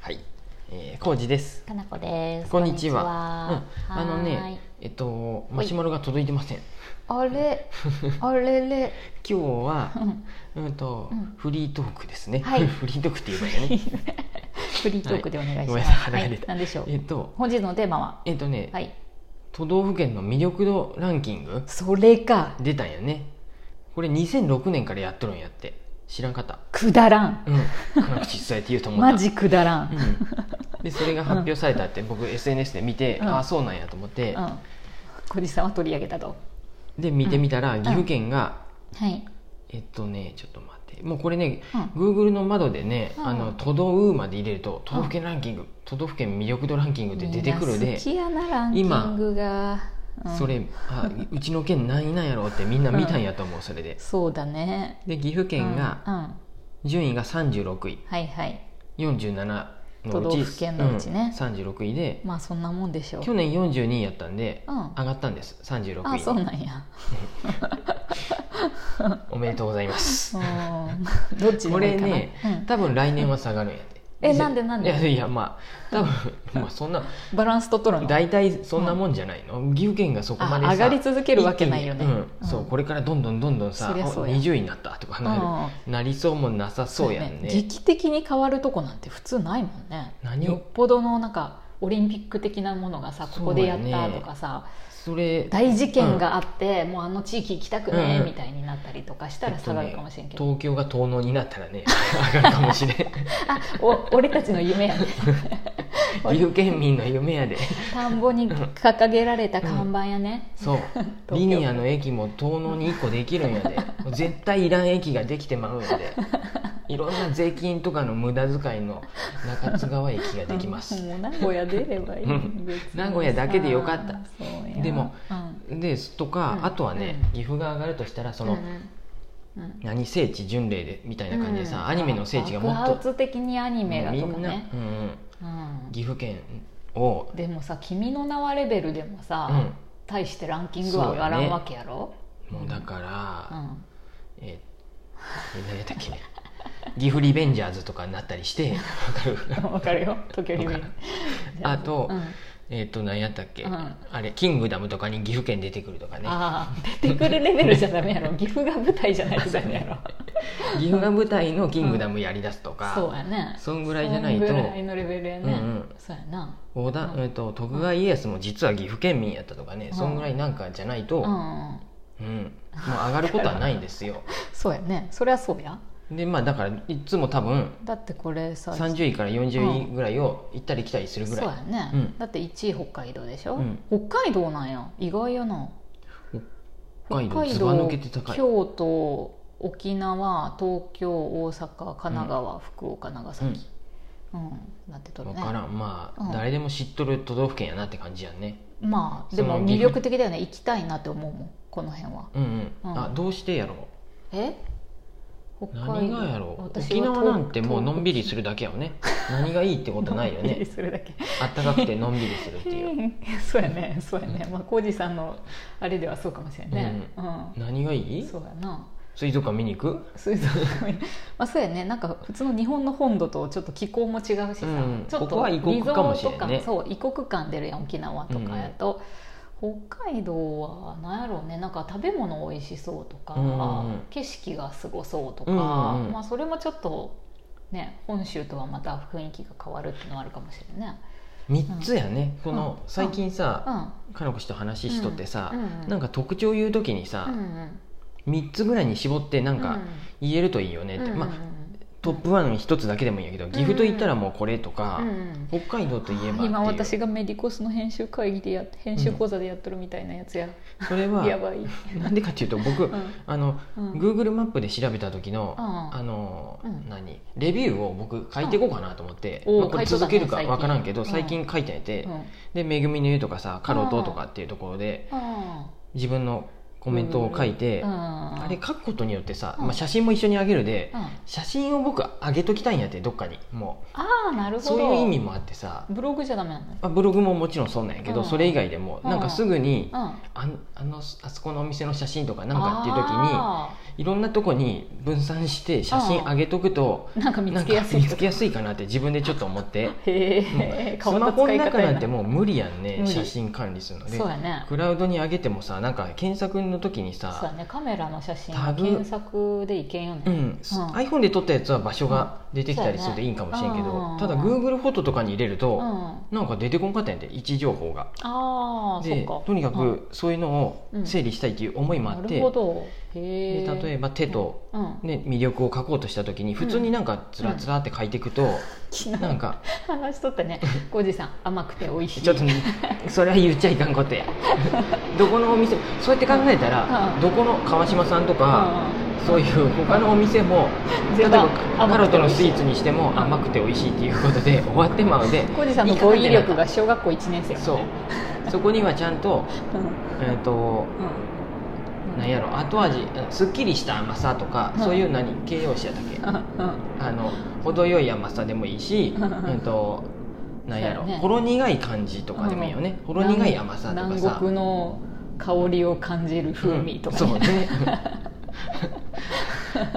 はい、えー、コウジです。かなこです。こんにちは。こうんん、あにちはのはーねい、えっとマシュマロが届いてません。あ れ、あれれ、今日は、うんうんと、うんフリートークですね。は いフリートークって言えばいいよね。フリートークでお願いしごまめんす。なさい鼻が出たなんでしょう。えっと、本日のテーマは、えっとね、はい、都道府県の魅力度ランキングそれか出たんよね。これ2006年からやっとるんやって。知らんかった。くだらん。うん。辛口伝えて言うと思った。マジくだらん。うん、でそれが発表されたって僕 SNS で見て、うんああそうなんやと思ってう、ん。小路さんは取り上げたと。で見てみたら岐阜県が、はい。えっとねちょっと待ってもうこれね、うん Google の窓でね、うんあの都道府まで入れると都道府県ランキング、都道府県魅力度ランキングって出てくるみんなで好、きやなランキングが。うんそ。れあうちの県何位なんやろうってみんな見たんやと思うそれでそうだね。で岐阜県が、うん。うん順位が36位はいはい。 47のうち都道府県のうちねうん36位でまあそんなもんでしょう。去年42位やったんで、うん上がったんです36位あ、そうなん や。おめでとうござい ます。うんどっちでこもいいれかな。ねうん、多分来年は下がるんやで。えなんでなんでいやいやまあ多 分まあそんなバランス取っとるの大体そんなもんじゃないの。岐阜県がそこまであさ上がり続けるわけないよね一気にうんうんそうこれからどんどんどんどんさそりゃおそうや20位になったとかなるなりそうもなさそうやんね。劇的に変わるとこなんて普通ないもんね何よっぽどのなんかオリンピック的なものがさここでやっそうやたねとかさ、それ大事件があって、もうあの地域行きたくねうえんみたいになったりとかしたえらっと下ねがるかもしれんけど、東京が東能になったらね上がるかもしれん。 あお俺たちの夢や ね岐阜県民の夢やで。田んぼに掲げられた看板やね、そう 京リニアの駅も遠野に1個できるんやでもう絶対いらん駅ができてまうんやでいろんな税金とかの無駄遣いの中津川駅ができま すもう名古屋出ればいい、うん別にさ 名古屋だけでよかったそうやでもうんですとか、うんあとはね、うん岐阜が上がるとしたらその、うんうん何聖地巡礼でみたいな感じでさ、うんアニメの聖地がもっ爆と発的にアニメがみとかんな、ねう、んうんうん岐阜県を、でもさ「君の名は」レベルでもさ、うん大してランキングは上がらんわけやろもうだかう,、ら、ええ何やったっけ岐阜リベンジャーズとかになったりしてわかる ん わかるよ東京リベンジあと、うんえっ、と何やったっけ、うんあれ「キングダム」とかに岐阜県出てくるとかねああ出てくるレベルじゃダメやろ岐阜が舞台じゃないとダメやろ岐阜が舞台の「キングダム」やりだすとか、そうやね そんぐらいじゃない そとんぐらいのレベルやね、うんうんそうやな織田えっと徳川家康も実は岐阜県民やったとかね、うんそんぐらいなんかじゃないと、ううんんうんもう上がることはないんですよそうやねそりゃそうやでまあだからいつも多分だってこれさ30位から40位ぐらいを行ったり来たりするぐそうらいや、ね、うんだって1位北海道でしょ、うん北海道なんや意外やな北海道ずば抜けて高い京都沖縄東京大阪神奈川、福岡長崎うん、なってとる分ねからんまあ、うん誰でも知っとる都道府県やなって感じやんねまあでそもの魅力的だよね行きたいなって思うもんこの辺はうんうん、うんあどうしてやろうえ北何がやろう私沖は縄なんてもうのんびり東するだけよね何がいいってことないよのん びりねするだけあったかくてのんびりするっていう そうやねそうやねまあ浩二さんのあれではそうかもしれないね、うん何がいいそうやな水族館見に行く水族館まあそうやねなんか普通の日本の本土とちょっと気候も違うしさ、うんちょっここは異国かもしれんねリゾート感そう異国感出るやん沖縄とかやと、北海道は何やろうねなんか食べ物おいしそうとか、うん景色がすごそうとか、うんうんまあそれもちょっとね本州とはまた雰囲気が変わるっていうのはあるかもしれないね3つやねこのうん最近うさんかのこ氏と話しとってさうんうんなんか特徴言う時にうさんうん3つぐらいに絞ってなんか言えるといいよねってまあトップ1の1つだけでもいいんやけど岐阜と言ったらもうこれとかうんうん北海道といえばっていう今私がメディコスの編集会議でや編集講座でやっとるみたいなやつや、それはやばい、なんでかっていうと僕うんあのうん、 Google マップで調べた時の、うんあのうん何レビューを僕書いていこうかなと思って、うんまあこれおー書いとった続ねけるか分からんけど最最近近書いてあって、うんで「めぐみの湯」とかさ「カロト」とかっていうところで自分のコメントを書いて、ああれ書くことによってさ、うんまあ、写真も一緒にあげるで、うん写真を僕上げときたいんやってどっかにもああなるうほそどういう意味もあってさ、ブログじゃダメなのねまあ、ブログももちろんそうなんやけど、うんそれ以外でもうんなんかすぐに、うんあんあのあそこのお店の写真とかなんかっていう時にあいろんなとこに分散して写真上げとくとなんか見なつんけかやすい見とつかけやすいかなって自分でちょっと思 ってへうえんス変わマったホ使のい方中やなんてもう無理やんね無理写真管理するのでそうやねクラウドに上げてもさなんか検索の時にそうやさねカメラの写真タグ検索でいけんよね、うん iPhone で撮ったやつは場所が出てきたりうんするでいいんかもしれんけそうやねうどたんだ Google フォトとかに入れるうんとあなんか出てこんかったんやで位置情報が。あーでそっかとにかうんくそういうのを整理したいっていう思いもあっなてるほどでへえ例えば手と、うんうん、ね、魅力を書こうとした時に普通になんかつらつらって書いていくと昨日なんか話しとったね浩二さん甘くて美味しいちょっとねそれは言っちゃいかんことや どこのお店もそうやって考えたら、うんどこの川島さんとうんか、そういう他のお店も、例え全部ば甘くて美カロットの味しいスイーツにしてもん甘くて美味しいっていうこと で終わってまうので浩二さんの語彙力が小学校1年生やもんねそうそこにはちゃんと,、うんうんえー、とうんなんやろ後味すっきりした甘さとか、うんそういう何形容詞やったっけ、うんあの程よい甘さでもいいし、うんうんうんとなんやろ、そうやねほろ苦い感じとかでもいいよね、うほんろ苦い甘さとか南さ国の香りを感じる風味とかうんそうね ね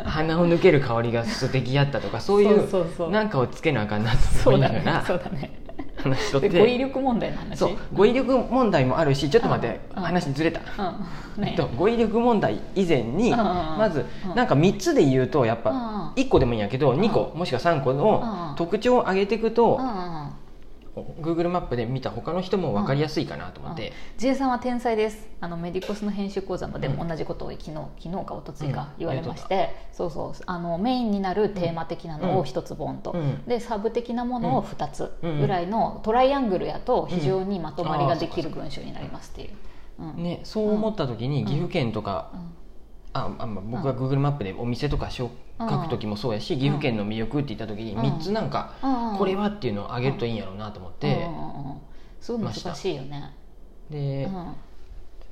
鼻を抜ける香りが素敵やったとかそういうそうそうそうなんかをつけなあかんなとそ思ういだながらねそうだね話しとっで語彙て力問題の話そう語彙力問題もあるしちょっと待ってうん話ずれた。うんえねっと、語彙力問題以前にうんうんうんまずうんなんか3つで言うとやっうんぱ1個でもいいんやけど2個もしくは3個うんうのん特徴を上げていくとうんうんうん Google マップで見た他の人も分かりやすいかなと思って、 J さんは天才ですあのメディコスの編集講座のでも同じことを昨日昨日か一昨日うんか言われまして、そうそうあのメインになるテーマ的なのうをん一つボンと、うんでサブ的なものを2つうんぐらいのトライアングルやと非常にまとまりができる文章になりますっていう。うんね、そう思った時にん岐阜県とか、うんああまあ僕が Google マップでお店とかしょうん書く時もそうやし岐阜県の魅力って言った時にうん3つなんかうんうんこれはっていうのを上げるといいんやろうなと思ってうんうんうんうんすごい難しいよね。でうん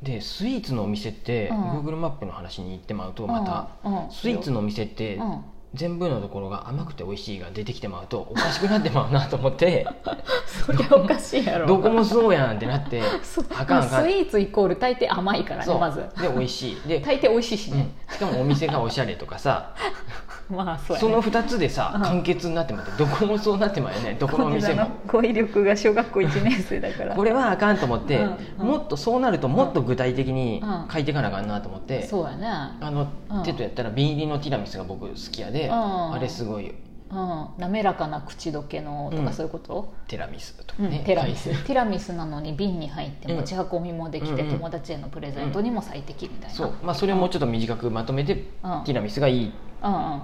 でスイーツのお店ってうん Google マップの話に行ってまうとまたうんうんスイーツのお店ってうん全部のところが甘くて美味しいが出てきてまうとおかしくなってまうなと思って それおかしいやろどこもそうやんってなってそうあかんあかんスイーツイコール大抵甘いからそねうまずで美味しいで、大抵美味しいしうんね、、しかもお店がおしゃれとかさ まあそうやそねの2つでさ、うん完結になってもらってどこもそうなってまう よねどこのお店も語彙力が小学校1年生だからこれはあかんと思って、うんうんもっとそうなるともっと具体的にうん書いていかなあかんなと思って、そうやねあの、うんテトやったら瓶入りのティラミスが僕好きやで、んあれすごいようん滑らかな口どけのとうんかそういうこと、ティラミスとかうんね、ティラミス書いてティラミスなのに瓶に入ってうん持ち運びもできて、うんうん友達へのプレゼントにも最適みたいな、そうう、まあ、それをもうちょっと短くまとめて、ティラミスがいい、んうん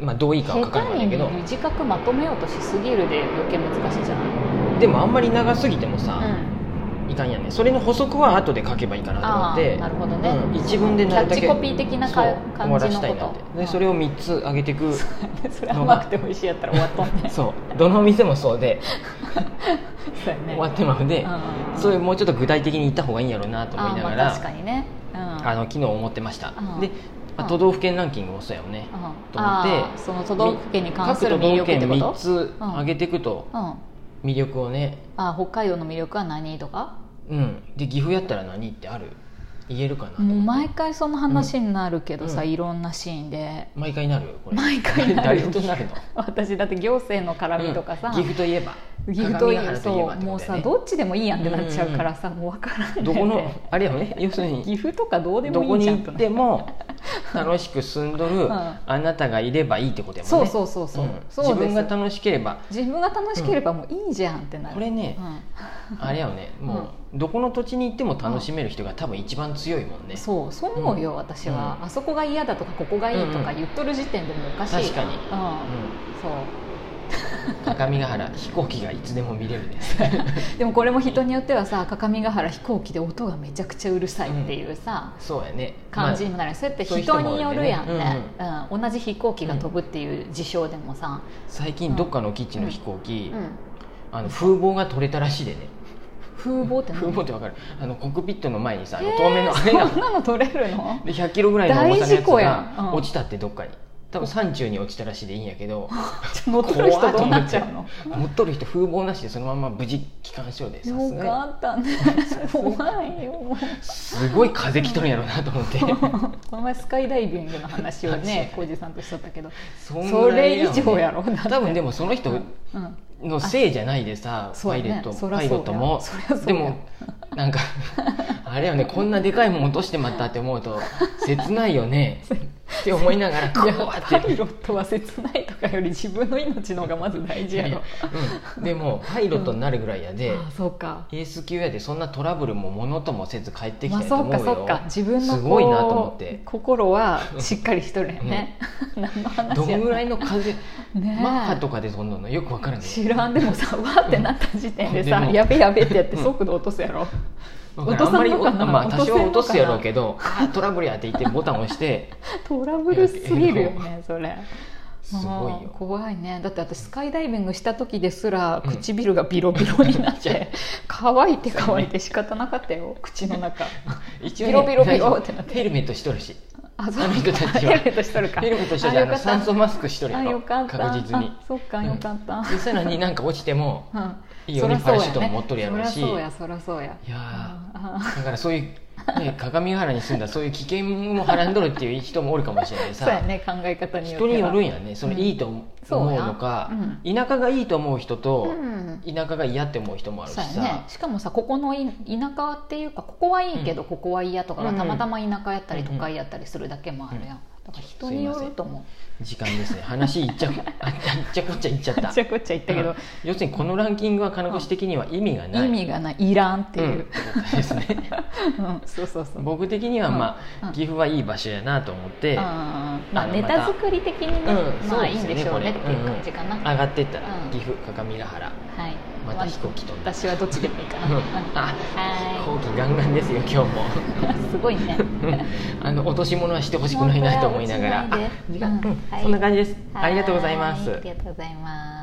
まあ、どういいかは書か下な手いんだけどに短くまとめようとしすぎるで余計難しいじゃない、でもあんまり長すぎてもうさ、んいかんやねそれの補足は後で書けばいいかなと思ってあーなるほどねうん一文でなるだけキャッチコピー的なかそう感じのこと終わらしたいなってうでんそれを3つ上げていく それ甘くて美味しいやったら終わっとん ねそうどの店もそうでそうやね終わってまうで、うんうんそういうもうちょっと具体的に言った方がいいんやろうなと思いながらあーまあ確かにね、うん、あの昨日思ってました、うんで、まあ、都道府県ランキングもそうやもんね、うんと思ってあーその都道府県に関する魅力って各都道こ府と、県3つ上げていくとうん、あ魅力をね、ー北海道の魅力は何とかうん、で岐阜やったら何ってある言えるかなともう思って毎回その話になるけどさ、うんいろんなシー ンで毎回なるこれ毎回なる 誰となるの私だって行政の絡みとかさ、うん岐阜といえば岐阜とい相模う原そういえばってもこうとだよさねどっちでもいいやんってなっちゃうからさ、もう分からんねんどこのあれやもん ね要するに岐阜とかどうでどこもいいにじゃ行んとっねても楽しく住んどるんあなたがいればいいってことやもんそうねそうそうそう,、んそう自で分すが楽しければ自分が楽しければもういいじゃんってなる、これねうん あれやよねもうどこの土地に行っても楽しめる人が多分一番強いもんねそうそう思うよ、私は、うんあそこが嫌だとかここがいいうとんうかん言っとる時点でもうおかしい確かにうんそううん各務原飛行機がいつでも見れる ですでもこれも人によってはさ各務原飛行機で音がめちゃくちゃうるさいっていうさ、そうやね感じにまもなるそうやってそういう人人もによるやんね多いねうん同じ飛行機が飛ぶっていう事象でもさ、あ最近どっかの基地の飛行機うんあの風貌が取れたらしいでね風貌って風何貌ってわかるあのコックピットの前にさあのえー透明のあれがそんなの取れるの で100キロぐらいの重さのやつ大事故やんうがん落ちたってどっかに多分山中に落ちたらしいでいいんやけ ど乗ってる人どうなっちゃうの持っとる人風貌なしでそのまま無事帰還しようでさよすがかったね怖いよもうにすごい風来とるんやろうなと思って この前スカイダイビングの話をね浩二さんとしとったけどそんなそれ以上やろろだって多分でもそのう人んうんのせいじゃないでさあそうパやイねレットそらパそうやイロットもそりゃそうやでもなんか あれよねこんなでかいもん落としてまったって思うと切ないよねって思いな がらこいうややパってイロットは切ないとかより自分の命の方がまず大事やろうん、でもパイロットになるぐらいやで、ああそうかエース級やでそんなトラブルもものともせず帰ってきまあたとそ思ううかよ、そうか自分のすごいなと思ってこう心はしっかりしとるよね何の話どやんぐらいの風ねえマッハとかで飛んどんのよくわからんね知らんでもさわーってなった時点でさでもやべやべってやってうん速度落とすやろわからん落とさんのあかんなまりまあ多少は落と落とすせんのかなやろうけどあートラブルやって言ってボタン押してトラブルすぎるよねそれすごいあーよ怖いねだって私スカイダイビングした時ですら唇がビロビロになっ いやて乾いて乾いて仕方なかっ たよ口の中一応、ビロビロビロってなってヘルメットしとるしああの人たちはヘルメットしとるかヘルメットしとるしああよかのった酸素マスクしとるやあよろかった確実にあそっかよかった、でさらになんか落ちてもうんいいよねそらそうやパラシュートも持っとるやろうしそらそうやそらそうやいやーあだからそういう、ね、鏡ヶ原に住んだそういう危険もはらんどるっていう人もおるかもしれないーさそうやね考え方によって人はによるんやねそのうんいいと思うのかそうや、田舎がいいと思う人と、うん田舎が嫌って思う人もあるしそうさやね、しかもさここのい田舎っていうかここはいいけど、ここは嫌とかがうんたまたま田舎やったりうん都会やったりするだけもあるやん、うんだから人によると思う時間ですね話いっちゃあいっちゃこっちゃいっちゃっあたっちゃこっちゃ言ったけうどん、要するにこのランキングは金越的には意味がない意味がないいらんっていうう、んです ねうんそうそうそう僕的にはまあ、うん岐阜はいい場所やなと思って、あーまああのネまたタ作り的にね、うんまそうあですよいいんねでしょうねってこれいう感じかな、上がってったら、うん岐阜各務原はいまた飛行機飛んだ私はどっちでもいいかな、うんうんあは後期ガンガンですよ今日 もい すごいねあの落とし物はしてほしくないなと思いながら本当は落ちないであ時間うんうんはいそんな感じですは いありがとうございますありがとうございます